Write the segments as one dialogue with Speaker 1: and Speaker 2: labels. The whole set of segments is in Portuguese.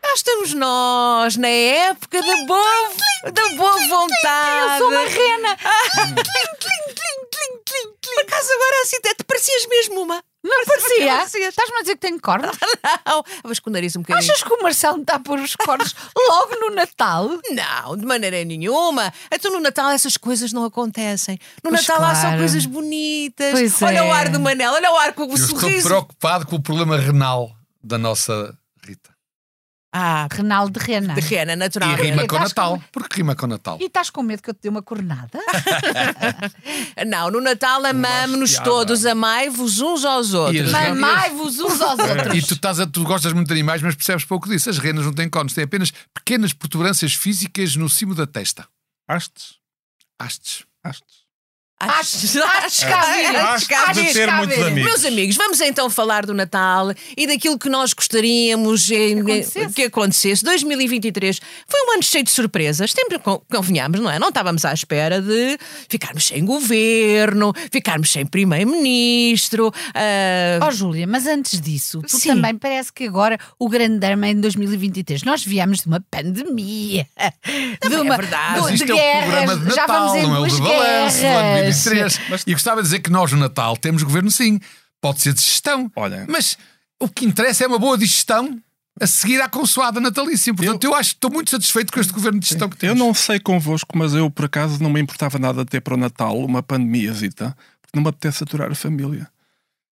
Speaker 1: Cá estamos nós, na época da boa, da boa vontade.
Speaker 2: Eu sou uma rena.
Speaker 1: Tling, tling, tling, tling, tling, tling. Por acaso agora assim, até te parecias mesmo uma.
Speaker 2: Não parecia? Estás-me a dizer que tenho cornos?
Speaker 1: Não, mas com o nariz um bocadinho.
Speaker 2: Achas que o Marcelo me está a pôr os cornos logo no Natal?
Speaker 1: Não, de maneira nenhuma. Então no Natal essas coisas não acontecem. No
Speaker 2: Pois
Speaker 1: Natal há só
Speaker 2: claro.
Speaker 1: coisas bonitas.
Speaker 2: Pois
Speaker 1: olha
Speaker 2: é.
Speaker 1: o ar do Manel, olha o ar com o
Speaker 3: Eu estou
Speaker 1: sorriso.
Speaker 3: preocupado com o problema renal da nossa Rita.
Speaker 1: Ah,
Speaker 2: Renaldo de Rena.
Speaker 1: de Rena,
Speaker 3: E
Speaker 1: natural.
Speaker 3: rima
Speaker 2: eu
Speaker 3: com
Speaker 2: acho
Speaker 3: Natal. Porque rima com Natal.
Speaker 2: E estás com medo que eu te dê uma cornada?
Speaker 1: Não, no Natal amamos-nos
Speaker 3: piada.
Speaker 1: todos, amai-vos uns aos outros.
Speaker 3: as
Speaker 2: Mamai-vos uns aos outros.
Speaker 3: É. E tu, estás a- tu gostas muito de animais, mas percebes pouco disso. As renas não têm cornos, têm apenas pequenas protuberâncias físicas no cimo da testa.
Speaker 4: Hastes?
Speaker 3: Hastes.
Speaker 4: Hastes.
Speaker 1: Achas, achas,
Speaker 4: Hastes de ter
Speaker 2: cá
Speaker 4: muitos
Speaker 2: ver.
Speaker 4: amigos.
Speaker 1: Meus amigos, vamos então falar do Natal e daquilo que nós gostaríamos em- que acontecesse.
Speaker 2: acontecesse.
Speaker 1: 2023 foi um ano cheio de surpresas, sempre con- convenhamos, não é? Não estávamos à espera de ficarmos sem governo, ficarmos sem primeiro-ministro. ah,
Speaker 2: Ó Júlia, mas antes disso, tu
Speaker 1: Sim.
Speaker 2: também parece que agora o grande drama é em 2023. Nós viemos de uma pandemia. de
Speaker 1: é
Speaker 2: uma,
Speaker 1: verdade.
Speaker 2: do-
Speaker 3: Mas
Speaker 2: Ah, de
Speaker 3: isto é o
Speaker 2: guerras.
Speaker 3: programa de
Speaker 2: Já
Speaker 3: Natal,
Speaker 2: vamos em
Speaker 3: não é o
Speaker 2: duas
Speaker 3: de balanço do ano
Speaker 2: guerras.
Speaker 3: 23. E gostava de dizer que nós, no Natal, temos governo sim. Pode ser de gestão.
Speaker 4: Olha.
Speaker 3: Mas o que interessa é uma boa digestão a seguir à consoada natalícia. Portanto, eu, acho que estou muito satisfeito com este governo de gestão que
Speaker 4: Eu
Speaker 3: temos.
Speaker 4: não sei convosco, mas eu por acaso não me importava nada de ter para o Natal uma pandemiazita, porque não me apetece saturar a família.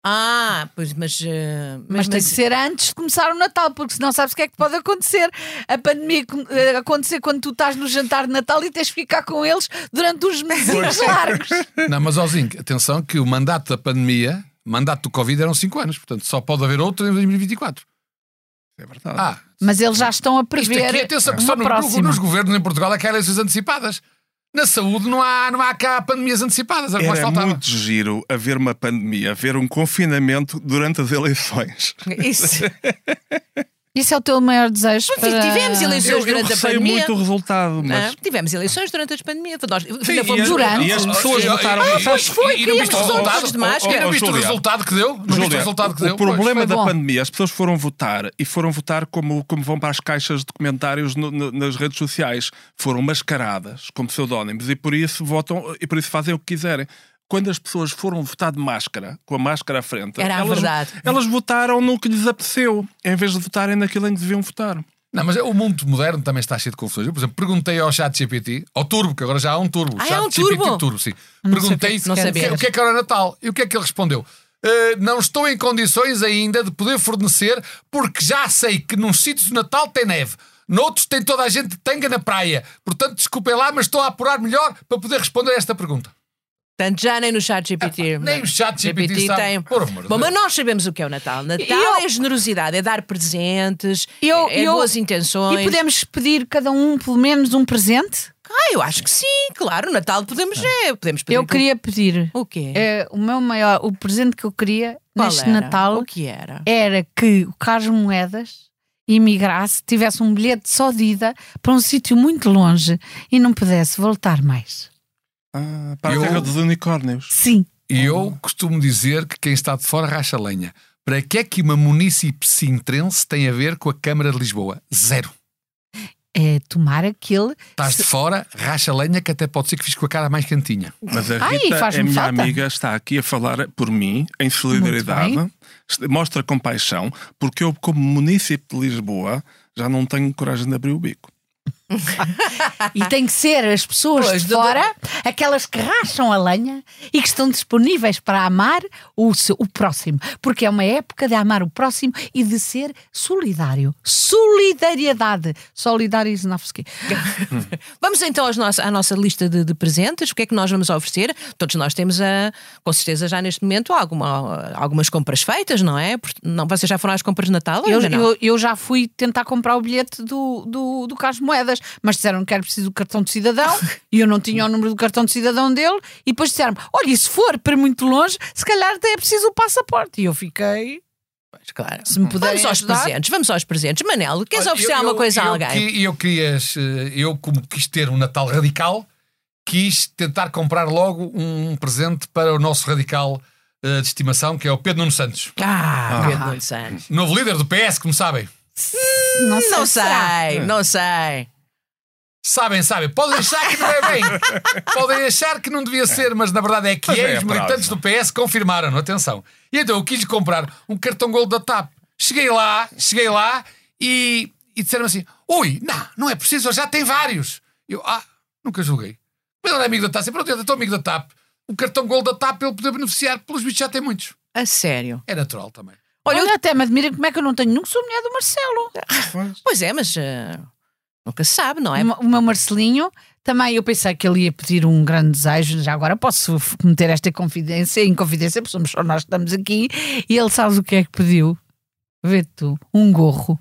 Speaker 1: ah, pois, mas. ah,
Speaker 2: Mas tem que ser antes de começar o Natal, porque senão sabes o que é que pode acontecer. A pandemia com- eh, acontecer quando tu estás no jantar de Natal e tens que ficar com eles durante uns meses largos.
Speaker 3: Não, mas Ozinho, atenção que o mandato da pandemia, mandato do Covid eram 5 anos, portanto só pode haver outro em 2024.
Speaker 4: É verdade.
Speaker 3: Ah,
Speaker 2: Mas eles já estão a
Speaker 3: isto
Speaker 2: prever
Speaker 3: aqui, é atenção, que
Speaker 2: uma
Speaker 3: só no-
Speaker 2: próxima.
Speaker 3: nos governos em Portugal é que há eleições antecipadas. Na saúde não há, não há cá pandemias antecipadas, era o que mais
Speaker 4: Era
Speaker 3: faltava.
Speaker 4: muito giro haver uma pandemia, haver um confinamento durante as eleições.
Speaker 1: Isso.
Speaker 2: Isso é o teu maior desejo para...
Speaker 1: Tivemos eleições
Speaker 4: Eu, eu
Speaker 1: durante a
Speaker 4: receio
Speaker 1: pandemia.
Speaker 4: muito o resultado,
Speaker 1: não é?
Speaker 4: mas.
Speaker 1: Tivemos eleições durante as pandemias. Nós,
Speaker 4: Sim,
Speaker 1: ainda
Speaker 4: e
Speaker 1: fomos
Speaker 4: as-
Speaker 2: durante.
Speaker 4: E as pessoas
Speaker 3: E-
Speaker 4: votaram.
Speaker 3: e-
Speaker 4: Sabes-
Speaker 3: e- e não viste o
Speaker 1: queríamos
Speaker 3: resultado?
Speaker 1: resultados de máscara.
Speaker 3: E não viste o
Speaker 4: Júlia.
Speaker 3: resultado que deu? Não viste o
Speaker 4: Júlia,
Speaker 3: resultado que
Speaker 4: o-
Speaker 3: deu?
Speaker 4: o problema
Speaker 2: Foi
Speaker 4: da
Speaker 2: bom.
Speaker 4: pandemia, as pessoas foram votar e foram votar como, como vão para as caixas de comentários no- no- nas redes sociais. Foram mascaradas como pseudónimos e por isso votam e por isso fazem o que quiserem. Quando as pessoas foram votar de máscara, com a máscara à frente,
Speaker 1: Era a
Speaker 4: elas,
Speaker 1: verdade.
Speaker 4: elas votaram no que lhes apeteceu, em vez de votarem naquilo em que deviam votar.
Speaker 3: Não, mas é, o mundo moderno também está cheio de confusões. Eu, por exemplo, perguntei ao chat GPT, ao Turbo, que agora já há um Turbo.
Speaker 1: Ah, é
Speaker 3: chat
Speaker 1: um
Speaker 3: GPT
Speaker 1: Turbo?
Speaker 3: Turbo, sim.
Speaker 1: sei
Speaker 3: Perguntei
Speaker 1: o que é que se quer
Speaker 3: o que,
Speaker 1: dizer.
Speaker 3: o que é que era Natal. E o que é que ele respondeu? "Eh, não estou em condições ainda de poder fornecer, porque já sei que num sítio do Natal tem neve. Noutros tem toda a gente de tanga na praia. Portanto, desculpem lá, mas estou a apurar melhor para poder responder a esta pergunta.
Speaker 1: Portanto, já nem no chat GPT.
Speaker 3: nem o chat GPT sabe. Por amor de
Speaker 1: Bom, mas
Speaker 3: Deus.
Speaker 1: nós sabemos o que é o Natal. Natal
Speaker 2: Eu-
Speaker 1: é generosidade, é dar presentes,
Speaker 2: Eu-
Speaker 1: é
Speaker 2: eu-
Speaker 1: boas intenções.
Speaker 2: E podemos pedir cada um pelo menos um presente?
Speaker 1: Ah, eu acho que sim, claro. Natal podemos, é, podemos pedir.
Speaker 2: Eu queria pedir.
Speaker 1: O quê?
Speaker 2: eh, o meu maior, o presente que eu queria
Speaker 1: Qual
Speaker 2: neste
Speaker 1: era?
Speaker 2: Natal
Speaker 1: O que era?
Speaker 2: era que o Carlos Moedas imigrasse, tivesse um bilhete só de ida para um sítio muito longe e não pudesse voltar mais.
Speaker 4: Ah, para
Speaker 3: Eu-
Speaker 4: a terra dos unicórnios.
Speaker 2: Sim.
Speaker 3: E eu costumo dizer que quem está de fora racha lenha. Para que é que uma munícipe sintrense tem a ver com a Câmara de Lisboa? Zero.
Speaker 2: É tomar aquele.
Speaker 3: Estás de fora, racha lenha, que até pode ser que fiz com a cara mais cantinha.
Speaker 4: Mas a
Speaker 2: Ai,
Speaker 4: Rita,
Speaker 2: faz-me
Speaker 4: a minha
Speaker 2: falta.
Speaker 4: amiga, está aqui a falar por mim, em solidariedade,
Speaker 2: Muito
Speaker 4: mostra compaixão, porque eu, como munícipe de Lisboa, já não tenho coragem de abrir o bico.
Speaker 2: E tem que ser as pessoas
Speaker 1: Pois,
Speaker 2: de
Speaker 1: do-
Speaker 2: fora, aquelas que racham a lenha e que estão disponíveis para amar o, seu- o próximo. Porque é uma época de amar o próximo e de ser solidário. Solidariedade. Solidário Znofsky.
Speaker 1: Vamos então aos nosso- à nossa lista de, de presentes. O que é que nós vamos oferecer? Todos nós temos, a, com certeza, já neste momento, alguma- algumas compras feitas, não é? Porque- não, vocês já foram às compras de Natal? ou
Speaker 2: Eu,
Speaker 1: ainda não?
Speaker 2: eu, eu já fui tentar comprar o bilhete do, do, do Carlos Moedas, mas disseram que era preciso o cartão de cidadão e eu não tinha o número do cartão de cidadão dele. E depois disseram olha, e se for para muito longe, se calhar até é preciso o passaporte. E eu fiquei.
Speaker 1: Pois, claro. Hum.
Speaker 2: Se me puderem
Speaker 1: Vamos aos
Speaker 2: ajudar.
Speaker 1: presentes, vamos aos presentes. Manel, queres
Speaker 3: Olha,
Speaker 1: oferecer
Speaker 3: eu-
Speaker 1: alguma
Speaker 3: eu-
Speaker 1: coisa a
Speaker 3: eu
Speaker 1: alguém?
Speaker 3: que- eu queria, eh, eu como quis ter um Natal radical, quis tentar comprar logo um presente para o nosso radical eh, de estimação, que é o Pedro Nuno Santos.
Speaker 1: Ah, Pedro Nuno Santos.
Speaker 3: Novo líder do PS, como sabem.
Speaker 2: Não sei.
Speaker 1: Não
Speaker 2: será?
Speaker 1: sei,
Speaker 3: Ah.
Speaker 1: não sei.
Speaker 3: Sabem, sabem. Podem achar que não é bem. Podem achar que não devia ser, mas na verdade é que
Speaker 4: Mas
Speaker 3: é,
Speaker 4: é
Speaker 3: os
Speaker 4: a prazo,
Speaker 3: militantes do
Speaker 4: não
Speaker 3: PS confirmaram, atenção. E então eu quis comprar um cartão gold da TAP. Cheguei lá, cheguei lá e, e disseram assim: ui, não, não é preciso, já tem vários. Eu, ah, nunca julguei. Mas era amigo da TAP, sempre pronto, estou amigo da TAP. O cartão gold da TAP ele poder beneficiar, pelos bichos já tem muitos.
Speaker 1: A sério.
Speaker 3: É natural também.
Speaker 2: Olha, eu até me admiro como é que eu não tenho nunca sou mulher do Marcelo.
Speaker 1: Pois é, mas eh, nunca se sabe, não é?
Speaker 2: O meu Marcelinho também eu pensei que ele ia pedir um grande desejo, já agora posso f- cometer esta confidência, inconfidência, porque somos só nós que estamos aqui, e ele sabes o que é que pediu? Vê tu, um gorro.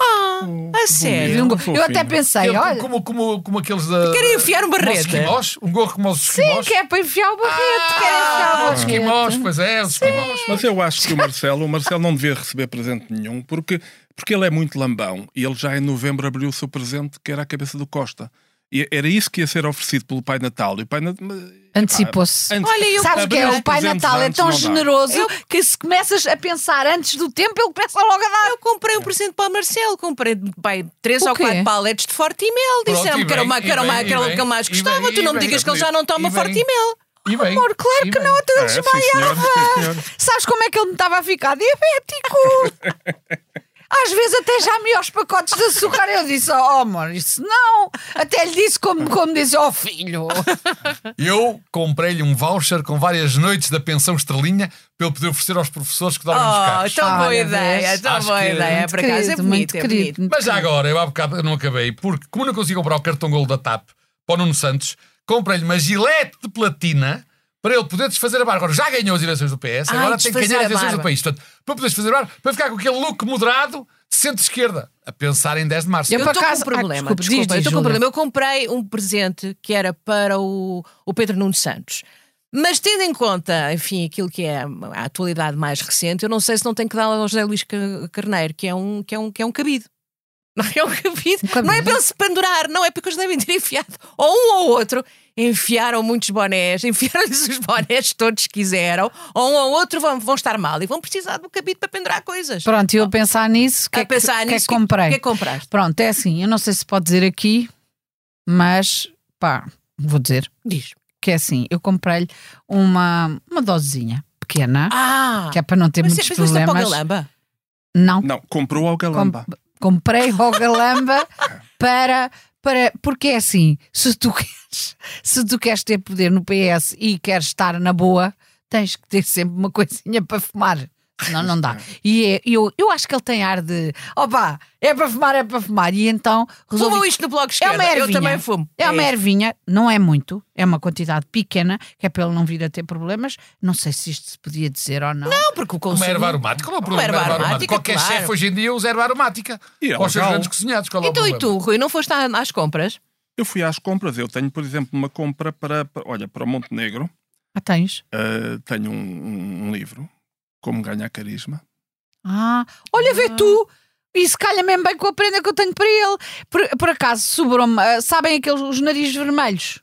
Speaker 1: Ah, a
Speaker 4: Ele é
Speaker 1: sério.
Speaker 4: um
Speaker 2: Um gorro. eu
Speaker 4: fofinho.
Speaker 2: até pensei,
Speaker 3: Ele,
Speaker 2: olha,
Speaker 3: como, como, como aqueles da.
Speaker 1: Querem enfiar um
Speaker 3: como os
Speaker 1: barrete.
Speaker 3: esquimós, um gorro como os esquimós.
Speaker 2: que é para enfiar o barrete, quer
Speaker 3: Ah,
Speaker 2: enfiar o
Speaker 3: os esquimós,
Speaker 2: barrete.
Speaker 3: pois é, os esquimós.
Speaker 4: Mas eu acho que o Marcelo, o Marcelo não devia receber presente nenhum, porque, porque ele é muito lambão e ele já em novembro abriu o seu presente, que era a cabeça do Costa. E era isso que ia ser oferecido pelo Pai Natal. E o Pai Natal.
Speaker 2: Antecipou-se.
Speaker 4: Antes-
Speaker 1: Olha, eu-
Speaker 2: Sabes o que é?
Speaker 4: Abrir
Speaker 2: O
Speaker 4: os
Speaker 2: Pai
Speaker 4: presentes
Speaker 2: Natal é
Speaker 4: antes
Speaker 2: tão
Speaker 4: não dá.
Speaker 2: generoso que se começas a pensar antes do tempo, ele começa logo a dar.
Speaker 1: Eu comprei um presente para o Marcelo, comprei bem, três
Speaker 2: O
Speaker 1: ou
Speaker 2: quê?
Speaker 1: quatro paletes de Fortimel.
Speaker 3: Pronto,
Speaker 1: Disseram-me
Speaker 3: e
Speaker 1: que era uma
Speaker 3: bem,
Speaker 1: que era
Speaker 3: e
Speaker 1: uma
Speaker 3: bem, e
Speaker 1: aquela que eu
Speaker 3: bem,
Speaker 1: mais
Speaker 3: e
Speaker 1: gostava.
Speaker 3: bem,
Speaker 1: Tu não
Speaker 3: e
Speaker 1: me
Speaker 3: bem,
Speaker 1: digas que ele já não toma
Speaker 3: e bem.
Speaker 1: Fortimel.
Speaker 3: E bem,
Speaker 2: Amor, claro
Speaker 3: e
Speaker 2: que
Speaker 3: bem.
Speaker 2: não, até ele
Speaker 4: É, sim, senhora,
Speaker 2: desmaiava.
Speaker 4: sim, senhora.
Speaker 2: Sabes como é que ele me estava a ficar? Diabético! Às vezes até já me ia aos pacotes de açúcar. Eu disse, oh amor, isso não. Até lhe disse como, como disse, oh filho.
Speaker 3: Eu comprei-lhe um voucher com várias noites da pensão estrelinha para ele poder oferecer aos professores que dormem nos
Speaker 1: Oh,
Speaker 3: carros.
Speaker 1: tão boa
Speaker 2: Olha,
Speaker 1: ideia,
Speaker 2: vês?
Speaker 1: tão
Speaker 3: Acho
Speaker 1: boa
Speaker 3: que-
Speaker 1: ideia.
Speaker 3: Muito
Speaker 1: Por acaso é bonito, é bonito.
Speaker 3: Ah, Mas já agora, eu há bocado não acabei, porque como não consigo comprar o cartão golo da TAP para o Nuno Santos, comprei-lhe uma gilete de platina para ele poder desfazer a barba. Agora já ganhou as eleições do PS,
Speaker 1: Ai,
Speaker 3: agora tem que ganhar
Speaker 1: desfazer
Speaker 3: as
Speaker 1: a
Speaker 3: eleições do
Speaker 1: barba.
Speaker 3: país. Portanto, para poder desfazer a barba, para ficar com aquele look moderado de centro-esquerda, a pensar em 10 de março.
Speaker 2: Eu
Speaker 1: Eu
Speaker 2: por
Speaker 1: estou com um
Speaker 2: acaso- Ai,
Speaker 1: problema.
Speaker 2: desculpa, diz,
Speaker 1: desculpa, eu
Speaker 2: diz,
Speaker 1: estou com um
Speaker 2: Júlia.
Speaker 1: problema. Eu comprei um presente que era para o, o Pedro Nuno Santos. Mas tendo em conta, enfim, aquilo que é a atualidade mais recente, eu não sei se não tenho que dar ao José Luís Ca- Carneiro, que é um, que é um, que é um cabido. Não é um cabido.
Speaker 2: cabido?
Speaker 1: Não é para ele se pendurar, não é porque eles devem ter enfiado ou um ou outro. Enfiaram muitos bonés, enfiaram-lhes os bonés todos que quiseram, ou um ou outro vão, vão estar mal e vão precisar do cabido para pendurar coisas.
Speaker 2: Pronto, eu a pensar nisso, o que
Speaker 1: A
Speaker 2: é que,
Speaker 1: pensar
Speaker 2: o que é que
Speaker 1: nisso, que-
Speaker 2: comprei?
Speaker 1: o que é que compraste?
Speaker 2: Pronto, é assim, eu não sei se pode dizer aqui, mas pá, vou dizer.
Speaker 1: Diz.
Speaker 2: Que é assim, eu comprei-lhe uma, uma dosezinha pequena,
Speaker 1: Ah!
Speaker 2: que é para não ter
Speaker 1: mas
Speaker 2: muitos
Speaker 1: você fez isto para o
Speaker 2: problemas.
Speaker 1: Galamba?
Speaker 2: Não,
Speaker 4: Não, comprou ao Galamba.
Speaker 2: Com- comprei o Galamba para, para. Porque é assim: se tu, queres, se tu queres ter poder no PS e queres estar na boa, tens que ter sempre uma coisinha para fumar. Senão não dá. E é- eu, eu acho que ele tem ar de opa, é para fumar, é para fumar. E então resolvi
Speaker 1: Fumam isto no bloco
Speaker 2: é
Speaker 1: esquerdo.
Speaker 2: uma ervinha.
Speaker 1: Eu também fumo.
Speaker 2: É uma
Speaker 1: isso.
Speaker 2: ervinha, não é muito, é uma quantidade pequena, que é para ele não vir a ter problemas. Não sei se isto se podia dizer ou não.
Speaker 1: Não, porque o
Speaker 3: Uma
Speaker 1: consumo...
Speaker 3: erva aromática, qual é o problema da
Speaker 1: erva
Speaker 3: erva aromática?
Speaker 1: aromática,
Speaker 3: Qualquer
Speaker 1: claro.
Speaker 3: chefe hoje em dia usa erva aromática.
Speaker 4: E é
Speaker 3: Aos seus
Speaker 4: legal.
Speaker 3: grandes cozinhados, qual é o
Speaker 1: Então e
Speaker 3: problema?
Speaker 1: tu, Rui, não foste à- às compras?
Speaker 4: Eu fui às compras. Eu tenho, por exemplo, uma compra para, para- olha, para o Montenegro.
Speaker 2: Ah, tens?
Speaker 4: Ah, tenho um, um- um livro, Como Ganhar Carisma.
Speaker 2: Ah, olha, vê tu! E se calha mesmo bem com a prenda que eu tenho para ele. Por, por acaso, sobrou-me. ah, Sabem aqueles os narizes vermelhos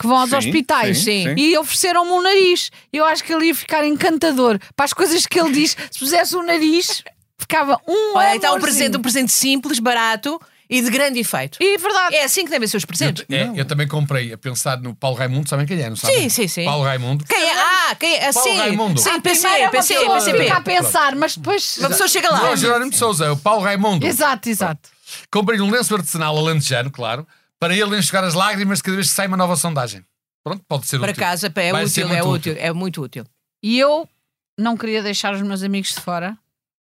Speaker 2: que vão aos
Speaker 4: Sim,
Speaker 2: hospitais?
Speaker 4: sim, sim.
Speaker 2: E ofereceram-me um nariz. Eu acho que ele ia ficar encantador. Para as coisas que ele diz, se pusesse um nariz, ficava um.
Speaker 1: Olha, então um
Speaker 2: amorzinho.
Speaker 1: presente, um presente simples, barato e de grande efeito.
Speaker 2: E é verdade.
Speaker 1: É assim que devem ser os presentes.
Speaker 3: É, eu também comprei a pensar no Paulo Raimundo, sabem quem é, não sabem?
Speaker 1: Sim, sim, sim.
Speaker 3: Paulo Raimundo.
Speaker 1: Quem é? Ah, quem é?
Speaker 3: Paulo
Speaker 1: Assim.
Speaker 3: Raimundo.
Speaker 1: Sim,
Speaker 3: Ah,
Speaker 1: PC,
Speaker 2: Primeiro é uma
Speaker 1: PC,
Speaker 2: pessoa que
Speaker 1: PCP.
Speaker 2: fica a pensar, mas depois.
Speaker 1: Uma pessoa chega lá.
Speaker 3: Não é o Jerónimo de Souza, é o Paulo Raimundo.
Speaker 2: Exato, exato.
Speaker 3: Comprei um lenço artesanal alentejano, claro, para ele enxugar as lágrimas cada vez que sai uma nova sondagem. Pronto, pode ser
Speaker 1: Para
Speaker 3: útil.
Speaker 1: casa, pá, é
Speaker 3: Vai ser
Speaker 1: útil,
Speaker 3: muito
Speaker 1: é útil, é muito útil.
Speaker 2: E eu não queria deixar os meus amigos de fora.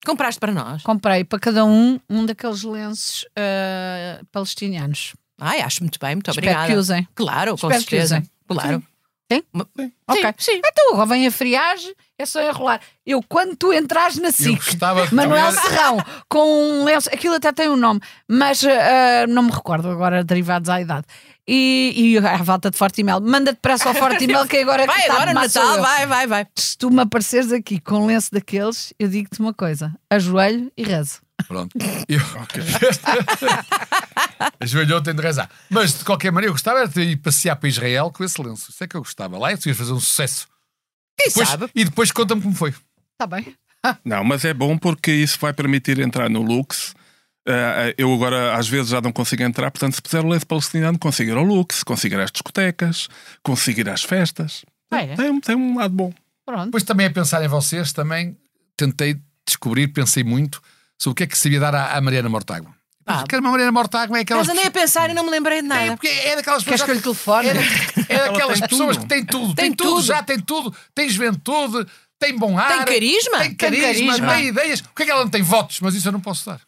Speaker 1: Compraste para nós.
Speaker 2: Comprei para cada um um daqueles lenços ah, palestinianos.
Speaker 1: Ai, acho muito bem, muito
Speaker 2: Espero
Speaker 1: obrigada.
Speaker 2: que usem.
Speaker 1: Claro, com
Speaker 2: Espero que
Speaker 1: certeza.
Speaker 2: usem.
Speaker 1: Claro.
Speaker 2: Sim.
Speaker 1: Ma-
Speaker 2: Ok.
Speaker 1: Sim, sim.
Speaker 2: Então agora vem a friagem, é só enrolar. Eu, quando tu entras na
Speaker 3: Eu
Speaker 2: SIC,
Speaker 3: gostava de
Speaker 2: Manuel
Speaker 3: terminar-
Speaker 2: Serrão, com um lenço, aquilo até tem um nome, mas ah, não me recordo agora, derivados à idade. E, e à volta de Forte Mel, manda-te pressa ao Forte Mel que agora é que
Speaker 1: Vai
Speaker 2: está
Speaker 1: agora,
Speaker 2: de má sou
Speaker 1: Natal,
Speaker 2: eu.
Speaker 1: vai, vai, vai.
Speaker 2: Se tu me apareceres aqui com um lenço daqueles, eu digo-te uma coisa: ajoelho e rezo.
Speaker 3: Pronto. Eu... Ajoelhou tendo de rezar. Mas de qualquer maneira, eu gostava era de ir passear para Israel com esse lenço. Isso é que eu gostava. Lá tu ias fazer um sucesso.
Speaker 1: Quem
Speaker 3: Depois-
Speaker 1: sabe?
Speaker 3: E depois conta-me como foi.
Speaker 2: Está bem.
Speaker 4: Não, mas é bom porque isso vai permitir entrar no Lux. Ah, eu agora às vezes já não consigo entrar, portanto, se puser o lenço palestiniano, consigo ir ao Lux, consigo ir às discotecas, consigo ir às festas.
Speaker 2: Ah, é?
Speaker 4: Tem, tem um lado bom.
Speaker 2: Pronto.
Speaker 3: Depois também a pensar em vocês, também tentei descobrir, pensei muito sobre o que é que sabia dar à, à Mariana Mortágua.
Speaker 1: Ah.
Speaker 3: Porque a Mariana Mortágua é aquelas
Speaker 1: Mas andei a pensar e não me lembrei de
Speaker 3: É,
Speaker 1: nada.
Speaker 3: porque é daquelas
Speaker 2: Queres
Speaker 3: pessoas.
Speaker 2: que eu lhe telefone?
Speaker 3: É, da- é
Speaker 4: Ela
Speaker 3: daquelas
Speaker 4: tem
Speaker 3: pessoas
Speaker 4: tudo.
Speaker 3: que têm tudo. Tem,
Speaker 1: Tem
Speaker 3: tudo,
Speaker 1: tudo.
Speaker 3: já tem tudo. Tem juventude, tem bom ar.
Speaker 1: carisma? Tem
Speaker 3: Tem carisma, tem,
Speaker 2: carisma.
Speaker 3: ideias. Por que é que ela não tem votos? Mas isso eu não posso dar.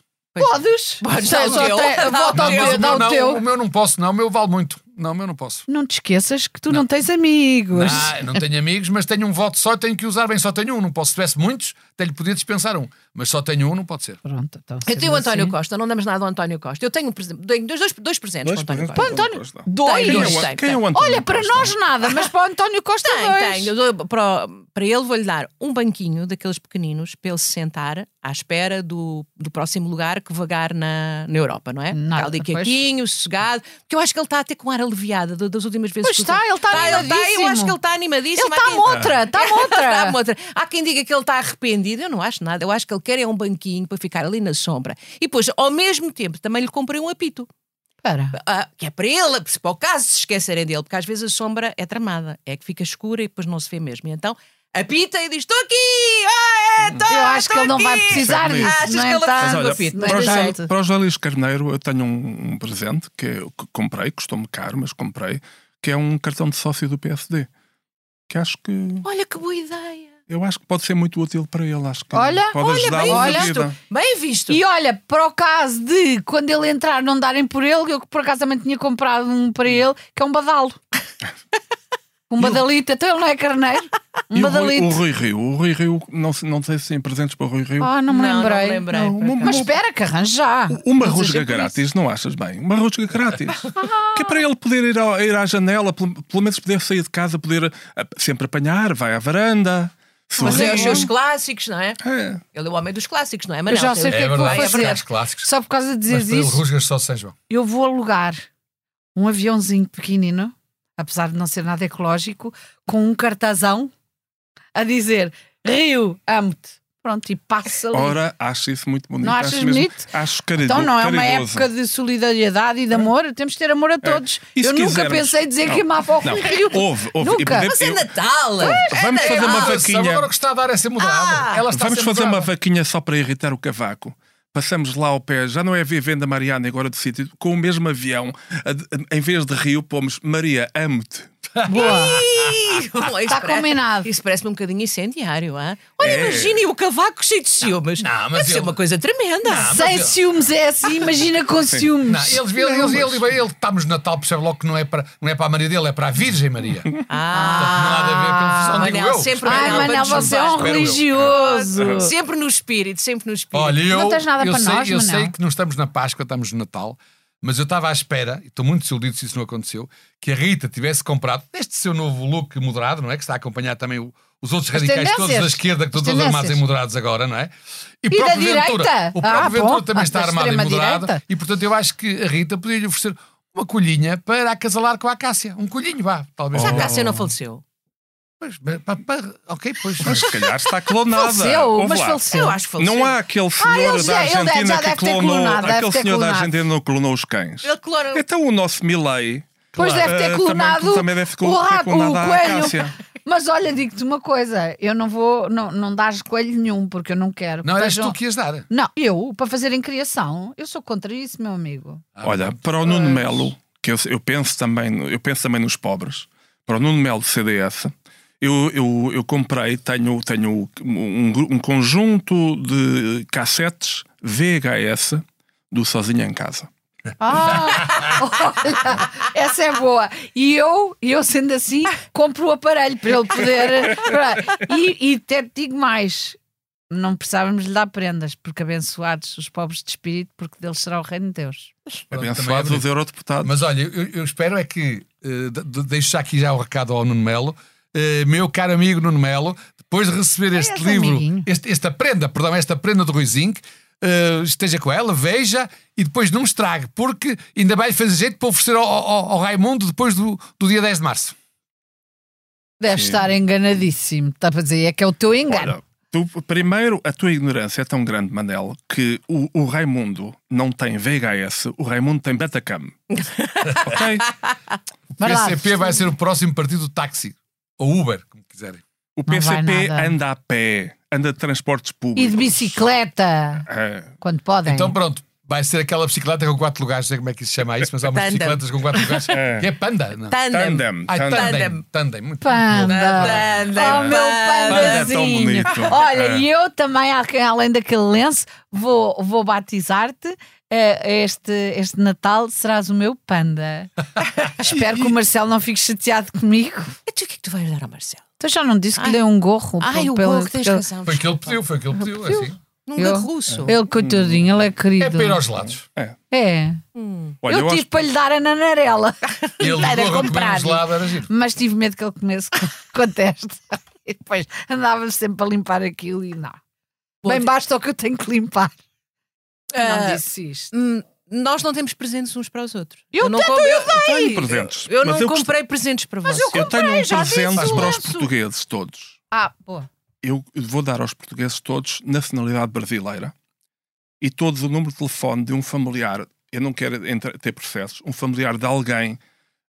Speaker 2: Podes.
Speaker 1: Podes
Speaker 2: Só-
Speaker 1: dar o
Speaker 2: só
Speaker 1: teu.
Speaker 2: tem-
Speaker 1: Dá o
Speaker 2: Volta ao
Speaker 1: teu.
Speaker 2: teu, dá
Speaker 3: o, meu,
Speaker 2: o
Speaker 3: não,
Speaker 2: teu.
Speaker 3: o meu não posso, não. O meu vale muito. Não, o meu não posso.
Speaker 2: Não te esqueças que tu não, tens amigos.
Speaker 3: Ah, não tenho amigos, mas tenho um voto só e tenho que usar bem. Só tenho um, não posso. Se tivesse muitos, até lhe podia dispensar um. Mas só tenho um, não pode ser.
Speaker 2: Pronto, então.
Speaker 1: Eu tenho o
Speaker 2: sendo
Speaker 1: António
Speaker 2: assim-
Speaker 1: Costa, não damos nada ao António Costa. Eu tenho, um presen- tenho dois, dois, dois presentes para o António
Speaker 4: para
Speaker 1: Costa.
Speaker 4: o
Speaker 2: É, António-
Speaker 4: Costa.
Speaker 1: Dois.
Speaker 4: Quem é o-
Speaker 1: Tem,
Speaker 4: Quem é
Speaker 1: tem.
Speaker 4: o António?
Speaker 2: Olha, para
Speaker 4: Costa?
Speaker 2: nada, nada, mas para o António Costa
Speaker 1: Tem,
Speaker 2: dois.
Speaker 1: tem. Eu dou para, o- para ele vou-lhe dar um banquinho daqueles pequeninos para ele se sentar à espera do, do próximo lugar que vagar na, na Europa, não é? Está
Speaker 2: Nada,
Speaker 1: ali
Speaker 2: pois.
Speaker 1: quietinho, sossegado. Porque eu acho que ele está até com ar aliviado da- das últimas vezes.
Speaker 2: Pois
Speaker 1: que o-
Speaker 2: está, ele está
Speaker 1: Eu acho
Speaker 2: animadíssimo.
Speaker 1: que ele está animadíssimo.
Speaker 2: Ele tá
Speaker 1: Há
Speaker 2: está
Speaker 1: quem-
Speaker 2: outra,
Speaker 1: Tá
Speaker 2: está
Speaker 1: Dá-me
Speaker 2: outra.
Speaker 1: outra. Há quem diga que ele está arrependido. Eu não acho nada. Eu acho que ele quer é um banquinho para ficar ali na sombra. E depois, ao mesmo tempo, também lhe comprei um apito.
Speaker 2: Espera.
Speaker 1: Ah, que é para ele, se para o caso se esquecerem dele, porque às vezes a sombra é tramada, é que fica escura e depois não se vê mesmo. E então apita e diz: Estou aqui! Ah, é, tô,
Speaker 2: Eu acho que ele não
Speaker 1: aqui!"
Speaker 2: vai precisar
Speaker 4: Sim,
Speaker 2: disso.
Speaker 1: Achas
Speaker 2: não
Speaker 1: que
Speaker 2: é,
Speaker 1: ele
Speaker 2: tá?
Speaker 4: Mas
Speaker 1: precisa do
Speaker 4: olha,
Speaker 1: apito?
Speaker 2: não é
Speaker 4: para, o José,
Speaker 2: jeito.
Speaker 4: para o José Luís Carneiro, eu tenho um, um presente que, eu c- comprei, custou-me caro, mas comprei, que é um cartão de sócio do PSD. Que acho que
Speaker 1: Olha que boa ideia!
Speaker 4: eu acho que pode ser muito útil para ele. Acho que
Speaker 2: Olha,
Speaker 4: pode
Speaker 1: olha,
Speaker 4: ajudá-lo
Speaker 1: bem
Speaker 4: na
Speaker 1: visto.
Speaker 4: vida.
Speaker 1: Bem visto!
Speaker 2: E olha, para o caso de quando ele entrar não darem por ele, eu que por acaso também tinha comprado um para ele, que é um badalo. Um badalito, então ele não é carneiro. Um
Speaker 4: E o Rui, o
Speaker 2: badalito.
Speaker 4: Rui Rio, o Rui Rio, não, se- não sei se tem presentes para o Rui Rio.
Speaker 2: Ah, não me
Speaker 1: não,
Speaker 2: lembrei.
Speaker 1: Não lembrei.
Speaker 4: Não,
Speaker 1: por
Speaker 4: uma-
Speaker 1: acaso.
Speaker 2: Mas espera, que arranje já.
Speaker 4: Um- Uma
Speaker 2: Não
Speaker 4: rusga
Speaker 2: seja por isso.
Speaker 4: grátis, não achas bem? Uma rusga grátis. que é para ele poder ir, ao- ir à janela, pelo, pelo menos poder sair de casa, poder ah, sempre apanhar, vai à varanda.
Speaker 1: Mas é os
Speaker 4: sorrir.
Speaker 1: seus clássicos, não é?
Speaker 4: É.
Speaker 1: Ele é o homem dos clássicos, não é?
Speaker 2: Eu
Speaker 1: Mas
Speaker 2: já sei o que é que vou
Speaker 3: verdade,
Speaker 2: fazer.
Speaker 3: os clássicos.
Speaker 2: Só por causa de
Speaker 3: Mas
Speaker 2: dizeres
Speaker 3: para ele,
Speaker 4: uh,
Speaker 2: isso,
Speaker 3: rusgas só de São João.
Speaker 2: eu vou alugar um aviãozinho pequenino, apesar de não ser nada ecológico, com um cartazão a dizer Rio, amo-te. Pronto, e passa ali.
Speaker 4: Ora, acho isso muito bonito.
Speaker 2: Não
Speaker 4: Acho
Speaker 2: achas
Speaker 4: mesmo-
Speaker 2: bonito?
Speaker 4: Acho carido,
Speaker 2: Então não é uma
Speaker 4: caridoso.
Speaker 2: época de solidariedade e de amor, temos de ter amor a todos.
Speaker 4: É. E se
Speaker 2: Eu nunca
Speaker 4: quisermos-
Speaker 2: pensei dizer
Speaker 4: Não,
Speaker 2: que amava o
Speaker 4: não.
Speaker 2: Rio.
Speaker 4: Houve, houve. E
Speaker 2: Nunca.
Speaker 4: podemos-
Speaker 1: Mas é
Speaker 4: eu-
Speaker 1: Natal!
Speaker 4: Vamos
Speaker 1: É
Speaker 4: fazer uma
Speaker 1: Natal.
Speaker 4: vaquinha.
Speaker 3: Sabe Ah, Agora o que está a dar é ser mudado.
Speaker 1: Ah.
Speaker 3: Ela está a
Speaker 4: Vamos
Speaker 3: ser
Speaker 4: fazer uma
Speaker 3: mudada.
Speaker 4: vaquinha só para irritar o cavaco. Passamos lá ao pé, já não é Vivenda Mariana, agora do sítio, com o mesmo avião, a de- em vez de Rio, pomos Maria, amo-te.
Speaker 2: Boa.
Speaker 1: Está
Speaker 2: Tá combinado.
Speaker 1: Isso parece-me um bocadinho incendiário, hã? Olha,
Speaker 4: É.
Speaker 1: imaginem o cavaco cheio de ciúmes.
Speaker 3: não, mas
Speaker 1: Deve ser
Speaker 3: ele-
Speaker 1: uma coisa tremenda.
Speaker 2: Sem ciúmes é assim, imagina com ciúmes.
Speaker 3: Não, eles, ele, ele, ele, ele, estamos no Natal, percebe logo que não é, para, não é para a Maria dele, é para a Virgem Maria.
Speaker 1: Ah,
Speaker 3: Não há nada a ver com confusão, digo
Speaker 1: Manel,
Speaker 3: eu.
Speaker 1: sempre,
Speaker 2: Ai,
Speaker 3: Não,
Speaker 1: Manel,
Speaker 2: Manel,
Speaker 1: vamos
Speaker 2: você é um
Speaker 1: juntar.
Speaker 3: espero eu.
Speaker 2: religioso.
Speaker 1: Sempre no espírito, sempre no espírito.
Speaker 3: Olha, eu,
Speaker 2: Não tens nada
Speaker 3: eu
Speaker 2: para
Speaker 3: sei,
Speaker 2: nós,
Speaker 3: eu
Speaker 2: Manel?
Speaker 3: sei que não estamos na Páscoa, estamos no Natal, mas eu estava à espera, e estou muito desiludido se isso não aconteceu, que a Rita tivesse comprado este seu novo look moderado, não é? Que está a acompanhar também o- os outros radicais
Speaker 2: tendências.
Speaker 3: todos da esquerda, que estão
Speaker 2: As
Speaker 3: todos armados em
Speaker 2: tendências.
Speaker 3: moderados agora, não é? E,
Speaker 2: da
Speaker 3: próprio Ventura,
Speaker 2: direita?
Speaker 3: o próprio
Speaker 2: Ah,
Speaker 3: Ventura
Speaker 2: bom,
Speaker 3: também está
Speaker 2: da
Speaker 3: armado em moderado,
Speaker 2: extrema-direita.
Speaker 3: e portanto eu acho que a Rita podia lhe oferecer uma colhinha para acasalar com a Acácia. Um colhinho, vá, talvez.
Speaker 1: Já
Speaker 4: Oh.
Speaker 1: cá, se eu não faleceu.
Speaker 3: Pois, mas, pá, pá, ok, pois.
Speaker 4: Mas se calhar está clonada.
Speaker 2: Faleceu,
Speaker 4: Ouve
Speaker 2: mas
Speaker 4: lá.
Speaker 2: faleceu. Ah,
Speaker 1: Eu acho que faleceu.
Speaker 4: Não há aquele senhor
Speaker 2: ele já-
Speaker 4: da
Speaker 2: ele já
Speaker 4: Argentina
Speaker 2: deve
Speaker 4: que
Speaker 2: ter
Speaker 4: clonou.
Speaker 2: clonado, deve
Speaker 4: Aquele
Speaker 2: ter
Speaker 4: senhor da
Speaker 2: clonado.
Speaker 4: Argentina não clonou os cães.
Speaker 1: Ele clorou.
Speaker 4: Então o nosso Milley.
Speaker 2: Depois
Speaker 4: Claro.
Speaker 2: deve ter
Speaker 4: Eh,
Speaker 2: clonado
Speaker 4: também, também deve ter
Speaker 2: o rato,
Speaker 4: clonado
Speaker 2: o
Speaker 4: a
Speaker 2: coelho.
Speaker 4: Acácia.
Speaker 2: Mas olha, digo-te uma coisa: eu não vou, não, não dar escolho nenhum, porque eu não quero. que
Speaker 3: Não, eras
Speaker 2: vejam-
Speaker 3: tu que ias dar.
Speaker 2: Não, eu, para fazerem criação, eu sou contra isso, meu amigo.
Speaker 4: Ah, Olha, para o Nuno Melo, que eu, eu penso também, no- eu penso também nos pobres, para o Nuno Melo do CDS, eu, eu, eu comprei, tenho, tenho um, gru- um conjunto de cassetes VHS do Sozinho em Casa.
Speaker 2: Ah, olha, essa é boa. E eu, eu sendo assim, compro o aparelho para ele poder. para- E, e até te digo mais: não precisávamos lhe dar prendas, porque abençoados os pobres de espírito, porque deles será o reino de Deus.
Speaker 3: também é
Speaker 4: Abençoados
Speaker 3: bonito.
Speaker 4: os eurodeputados.
Speaker 3: Mas olha, eu, eu espero é que eh, de- de- deixo já aqui já o recado ao Nuno Melo. Eh, meu caro amigo Nuno Melo, depois de receber este
Speaker 2: esse
Speaker 3: livro,
Speaker 2: amiguinho.
Speaker 3: este- esta prenda, perdão, esta prenda do Ruizinho, eh, esteja com ela, veja e depois não estrague, porque ainda vai fazer jeito para oferecer ao, ao- ao Raimundo depois do, do dia 10 de março.
Speaker 2: Deve
Speaker 4: Sim.
Speaker 2: estar enganadíssimo, está a dizer, é que é o teu engano.
Speaker 4: Olha, tu- primeiro, a tua ignorância é tão grande, Manel, que o, o Raimundo não tem VHS, o Raimundo tem Betacam. ok?
Speaker 2: Vai lá.
Speaker 3: PCP vai ser o próximo partido do táxi, ou Uber, como quiserem.
Speaker 4: O
Speaker 2: Não vai
Speaker 4: PCP
Speaker 2: nada.
Speaker 4: anda a pé, anda de transportes públicos.
Speaker 2: E de bicicleta,
Speaker 4: É.
Speaker 2: quando podem.
Speaker 3: Então pronto, vai ser aquela bicicleta com quatro lugares, não sei como é que isso se chama isso, mas há umas
Speaker 1: Tandem.
Speaker 3: bicicletas com quatro lugares,
Speaker 4: É.
Speaker 3: que é panda, não?
Speaker 1: Tandem.
Speaker 4: Tandem.
Speaker 3: Ah,
Speaker 4: Tandem.
Speaker 3: tandem, tandem, muito
Speaker 2: Panda.
Speaker 1: Panda,
Speaker 2: Oh, meu
Speaker 1: panda.
Speaker 2: pandazinho.
Speaker 4: Panda é tão bonito.
Speaker 2: Olha,
Speaker 4: É.
Speaker 2: e eu também, além- além daquele lenço, vou, vou batizar-te. eh, Este, este Natal serás o meu panda. Espero que o Marcelo não fique chateado comigo.
Speaker 1: E tu o que é que tu vais dar ao Marcelo?
Speaker 2: Tu já não disse que lhe dei um gorro.
Speaker 1: Ai,
Speaker 2: pelo-
Speaker 1: o
Speaker 2: pelo-
Speaker 1: gorro, tens
Speaker 2: pelo-
Speaker 1: razão.
Speaker 3: Foi o que ele pediu, foi o que ele pediu. Assim.
Speaker 1: Num
Speaker 2: Eu-
Speaker 1: gorro russo.
Speaker 2: Ele, coitadinho, ele é
Speaker 3: É
Speaker 2: querido.
Speaker 3: para ir aos lados.
Speaker 2: É.
Speaker 1: Hum.
Speaker 4: Olha,
Speaker 2: eu, tive
Speaker 4: acho-
Speaker 2: para lhe dar a nanarela.
Speaker 3: Ele
Speaker 2: Era
Speaker 3: levou a comer um
Speaker 2: comprar.
Speaker 3: gelado, era giro.
Speaker 2: Mas tive medo que ele comesse com a testa. E depois andava sempre a limpar aquilo e não.
Speaker 1: Bom,
Speaker 2: Bem, basta o que eu tenho que limpar.
Speaker 1: Ah,
Speaker 2: não disse isto.
Speaker 1: hum, nós não temos presentes uns para os outros.
Speaker 2: Eu
Speaker 1: não
Speaker 2: tenho,
Speaker 1: com-
Speaker 2: eu
Speaker 4: tenho presentes.
Speaker 1: Eu não
Speaker 4: mas eu gost-
Speaker 1: comprei presentes para vocês.
Speaker 2: eu
Speaker 4: Eu tenho
Speaker 2: comprei, já disse
Speaker 4: presentes
Speaker 2: o
Speaker 1: um
Speaker 4: para os
Speaker 2: lenço.
Speaker 4: portugueses todos.
Speaker 2: Ah, boa.
Speaker 4: Eu vou dar aos portugueses todos nacionalidade brasileira e todos o número de telefone de um familiar. Eu não quero entrar- ter processos. Um familiar de alguém.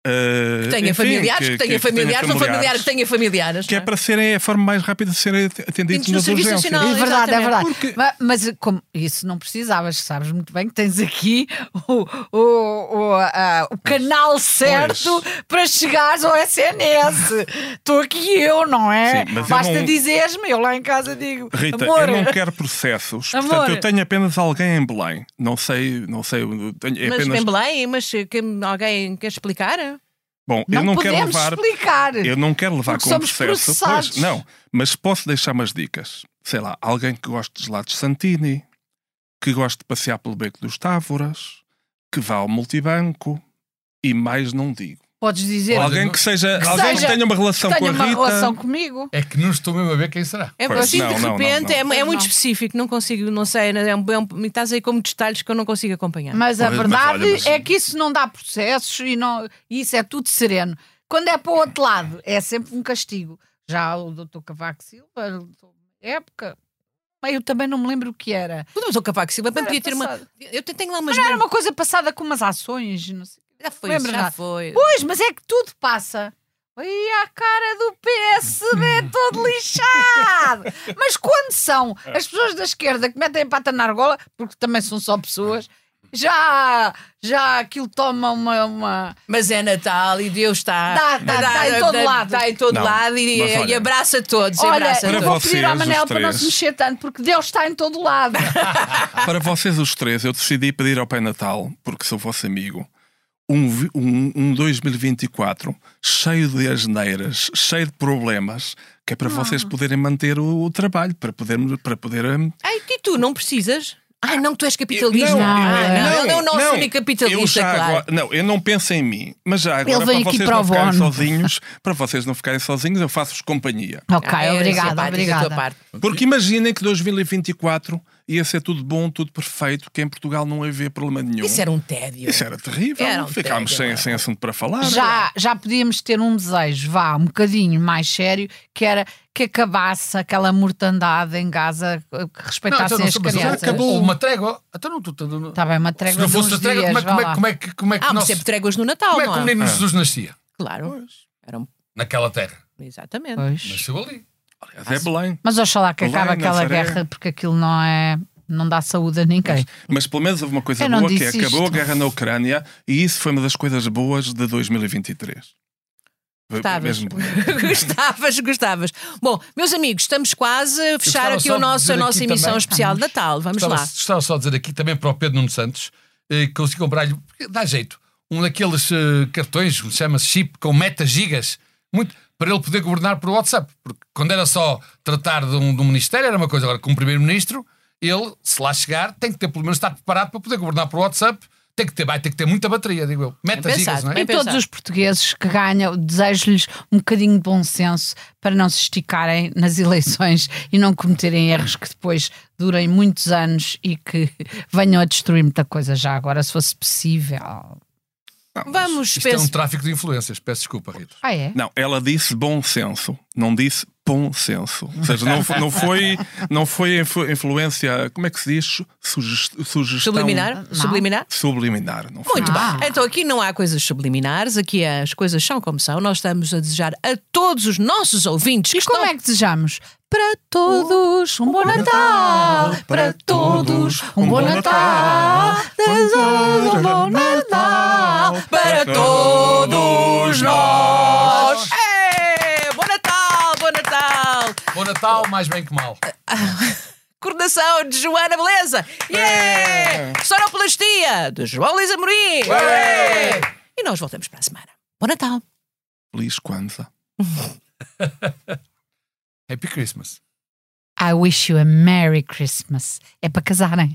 Speaker 4: eh,
Speaker 1: Que tenha
Speaker 4: enfim,
Speaker 1: familiares, que, tenha familiares, um familiar
Speaker 4: familiares,
Speaker 1: que tenha familiares.
Speaker 4: Que é
Speaker 1: não é?
Speaker 4: para serem a forma mais rápida de serem at-
Speaker 1: Atendidos
Speaker 4: atendidos
Speaker 1: no
Speaker 4: nas
Speaker 1: Serviço
Speaker 4: urgências.
Speaker 2: É
Speaker 1: Nacional. Não,
Speaker 2: verdade, é
Speaker 1: exatamente.
Speaker 2: verdade.
Speaker 4: Porque-
Speaker 2: Ma- Mas, como isso não precisavas, sabes muito bem que tens aqui o, o, o, ah, o canal certo para chegares ao SNS. Estou aqui eu, não é?
Speaker 4: Sim, mas eu
Speaker 2: Basta
Speaker 4: não-
Speaker 2: dizeres-me, eu lá em casa digo.
Speaker 4: Rita,
Speaker 2: amor,
Speaker 4: eu não quero processos.
Speaker 2: Amor.
Speaker 4: Portanto, eu tenho apenas alguém em Belém. Não sei, não sei. eu Tenho, é
Speaker 1: Mas
Speaker 4: apenas...
Speaker 1: em Belém, mas eh, que- alguém quer explicar? É,
Speaker 4: Bom,
Speaker 2: não
Speaker 4: eu não
Speaker 2: podemos
Speaker 4: quero levar.
Speaker 2: explicar.
Speaker 4: Eu não quero levar
Speaker 2: Porque
Speaker 4: com um
Speaker 2: somos
Speaker 4: processo.
Speaker 2: processados.
Speaker 4: Pois, não, mas posso deixar umas dicas. Sei lá, alguém que goste de gelados Santini, que goste de passear pelo beco dos Távoras, que vá ao multibanco e mais não digo.
Speaker 2: Podes dizer
Speaker 3: Olha,
Speaker 4: alguém
Speaker 3: não-
Speaker 4: que seja,
Speaker 2: que
Speaker 4: alguém
Speaker 2: seja-
Speaker 4: que tenha uma relação
Speaker 2: que
Speaker 4: com a
Speaker 2: tenha uma
Speaker 4: Rita.
Speaker 2: relação comigo.
Speaker 3: É que não estou mesmo a ver quem será.
Speaker 1: É
Speaker 4: Pois,
Speaker 1: assim,
Speaker 4: não,
Speaker 1: de
Speaker 4: não, não,
Speaker 1: repente, é-
Speaker 2: não.
Speaker 1: é, muito
Speaker 2: Não.
Speaker 1: específico, não consigo, não sei, é um, é um, estás aí com muitos detalhes que eu não consigo acompanhar.
Speaker 2: Mas a
Speaker 4: Olha, mas
Speaker 2: verdade
Speaker 4: olha, mas-
Speaker 2: é que isso não dá processos e não, e isso é tudo sereno. Quando é para o outro lado, é sempre um castigo. Já o doutor Cavaco Silva, doutor- época, mas eu também não me lembro o que era.
Speaker 1: Mas o doutor Cavaco Silva também
Speaker 2: Era
Speaker 1: podia ter uma.
Speaker 2: passado.
Speaker 1: Eu te- tenho lá umas.
Speaker 2: Era uma coisa passada com umas ações, não sei.
Speaker 1: Já foi,
Speaker 2: lembro
Speaker 1: já
Speaker 2: nada.
Speaker 1: foi.
Speaker 2: Pois, mas é que tudo passa. Aí a cara do PSB é todo lixado. Mas quando são as pessoas da esquerda que metem a pata na argola, porque também são só pessoas, já, já aquilo toma uma- uma
Speaker 1: Mas é Natal e Deus está.
Speaker 2: Dá, dá, dá em todo lado.
Speaker 1: Está em todo
Speaker 4: Não,
Speaker 1: lado e,
Speaker 4: mas olha-
Speaker 1: e abraça todos.
Speaker 2: Olha,
Speaker 1: abraça
Speaker 4: Para
Speaker 2: eu
Speaker 1: todos.
Speaker 2: vou
Speaker 4: vocês,
Speaker 2: pedir ao Manel
Speaker 4: os
Speaker 2: para não
Speaker 4: três.
Speaker 2: se mexer tanto, porque Deus está em todo lado.
Speaker 4: Para vocês os três, eu decidi pedir ao Pai Natal, porque sou vosso amigo, um, vi- um, um 2024 cheio de asneiras, cheio de problemas, que
Speaker 2: Ah.
Speaker 4: é para vocês poderem manter o, o trabalho, para podermos para poder hum,
Speaker 1: Ai, que tu não precisas? Ai, não, tu és capitalista.
Speaker 4: Eu-
Speaker 1: Ah, não, ele é o nosso
Speaker 4: não.
Speaker 1: único
Speaker 4: Eu
Speaker 1: capitalista,
Speaker 4: já
Speaker 1: claro.
Speaker 4: agora- não, eu não penso em mim, mas já agora
Speaker 2: veio
Speaker 4: para
Speaker 2: aqui
Speaker 4: vocês
Speaker 2: para
Speaker 4: não
Speaker 2: o
Speaker 4: ficarem
Speaker 2: Bono.
Speaker 4: sozinhos, para vocês não ficarem sozinhos, eu faço-vos companhia.
Speaker 2: ok,
Speaker 1: Ah, é
Speaker 2: obrigada,
Speaker 1: simpático da
Speaker 2: obrigada.
Speaker 1: tua parte.
Speaker 4: Porque imaginem que 2024 ia ser tudo bom, tudo perfeito, que em Portugal não havia problema nenhum.
Speaker 1: Isso era um tédio.
Speaker 3: é
Speaker 4: Isso era terrível.
Speaker 1: Era um
Speaker 4: Ficámos sem,
Speaker 1: tédio.
Speaker 4: sem assunto para falar.
Speaker 2: Já, já podíamos ter um desejo, vá, um bocadinho mais sério, que era que acabasse aquela mortandade em Gaza, eh, que respeitassem as
Speaker 3: então mas já
Speaker 2: crianças.
Speaker 3: acabou uma trégua. Então não, tu, tu, tu,
Speaker 2: Está bem, uma
Speaker 3: se
Speaker 2: trégua
Speaker 3: não
Speaker 2: de
Speaker 3: fosse a
Speaker 2: uns
Speaker 3: trégua,
Speaker 2: dias,
Speaker 3: como é,
Speaker 2: vá
Speaker 3: como, é,
Speaker 2: lá.
Speaker 3: como, é, que- como é que
Speaker 1: Ah, mas
Speaker 3: nós-
Speaker 1: sempre tréguas no Natal,
Speaker 3: como é que
Speaker 1: não
Speaker 3: o
Speaker 1: há?
Speaker 3: menino Jesus nascia
Speaker 1: Claro. Era um-
Speaker 3: naquela terra?
Speaker 1: Exatamente.
Speaker 3: Mas
Speaker 2: Pois.
Speaker 3: chegou ali.
Speaker 4: Aliás, é Belém.
Speaker 2: Mas oxalá que
Speaker 4: Belém,
Speaker 2: acabe aquela
Speaker 4: Nazaré.
Speaker 2: guerra, porque aquilo não é. não dá saúde a ninguém.
Speaker 4: Mas pelo menos houve uma coisa
Speaker 2: Eu não
Speaker 4: boa que é,
Speaker 2: disse
Speaker 4: acabou a
Speaker 2: isto.
Speaker 4: guerra na Ucrânia e isso foi uma das coisas boas de 2023. Foi
Speaker 1: Gostavas.
Speaker 4: mesmo-
Speaker 1: gostavas, gostavas. Bom, meus amigos, estamos quase a fechar
Speaker 3: gostava
Speaker 1: aqui
Speaker 3: só
Speaker 1: o
Speaker 3: de
Speaker 1: nosso,
Speaker 3: dizer
Speaker 1: a
Speaker 3: aqui
Speaker 1: nossa emissão
Speaker 3: também- Uhum.
Speaker 1: especial de Natal. Vamos
Speaker 3: Gostava,
Speaker 1: lá.
Speaker 3: gostava só de dizer aqui também para o Pedro Nuno Santos eh, que consegui comprar-lhe, porque dá jeito, um daqueles eh, cartões, que chama-se chip, com meta gigas, muito, para ele poder governar por WhatsApp. Porque quando era só tratar de um, de um ministério era uma coisa, agora como primeiro-ministro, ele, se lá chegar, tem que ter pelo menos estar preparado para poder governar por WhatsApp. Tem que ter, vai ter que ter muita bateria, digo eu. Meta gigas,
Speaker 1: pensado,
Speaker 3: não é?
Speaker 1: bem
Speaker 2: E todos
Speaker 1: pensado.
Speaker 2: os portugueses que ganham, desejo-lhes um bocadinho de bom senso para não se esticarem nas eleições e não cometerem erros que depois durem muitos anos e que venham a destruir muita coisa já agora, se fosse possível.
Speaker 1: Vamos,
Speaker 3: Isto é um
Speaker 1: penso.
Speaker 3: tráfico de influências. Peço desculpa, Rita.
Speaker 2: Ah, é?
Speaker 4: Não, ela disse bom senso, não disse bom senso. Ou seja, não, fo- não foi, não foi influ- influência, como é que se diz? Suges- sugestão
Speaker 1: Subliminar?
Speaker 2: Não.
Speaker 1: Subliminar?
Speaker 4: Subliminar. Não foi.
Speaker 1: Muito
Speaker 2: Ah.
Speaker 1: bem. Então aqui não há coisas subliminares, aqui as coisas são como são. Nós estamos a desejar a todos os nossos ouvintes que
Speaker 2: E como
Speaker 1: estão
Speaker 2: é que desejamos? Para todos um bom Natal, para todos um bom Natal, desejo um bom Natal.
Speaker 1: para todos nós. É! Bom Natal, bom Natal.
Speaker 3: Bom Natal, mais bem que mal.
Speaker 1: Eh, Coordenação de Joana Beleza. Yeah!
Speaker 2: É.
Speaker 1: Sonoplastia de João Luís Amorim. Yeah! E nós voltamos para a semana. Bom Natal.
Speaker 4: Feliz Kwanzaa.
Speaker 3: Happy Christmas.
Speaker 2: I wish you a Merry Christmas. É para casarem.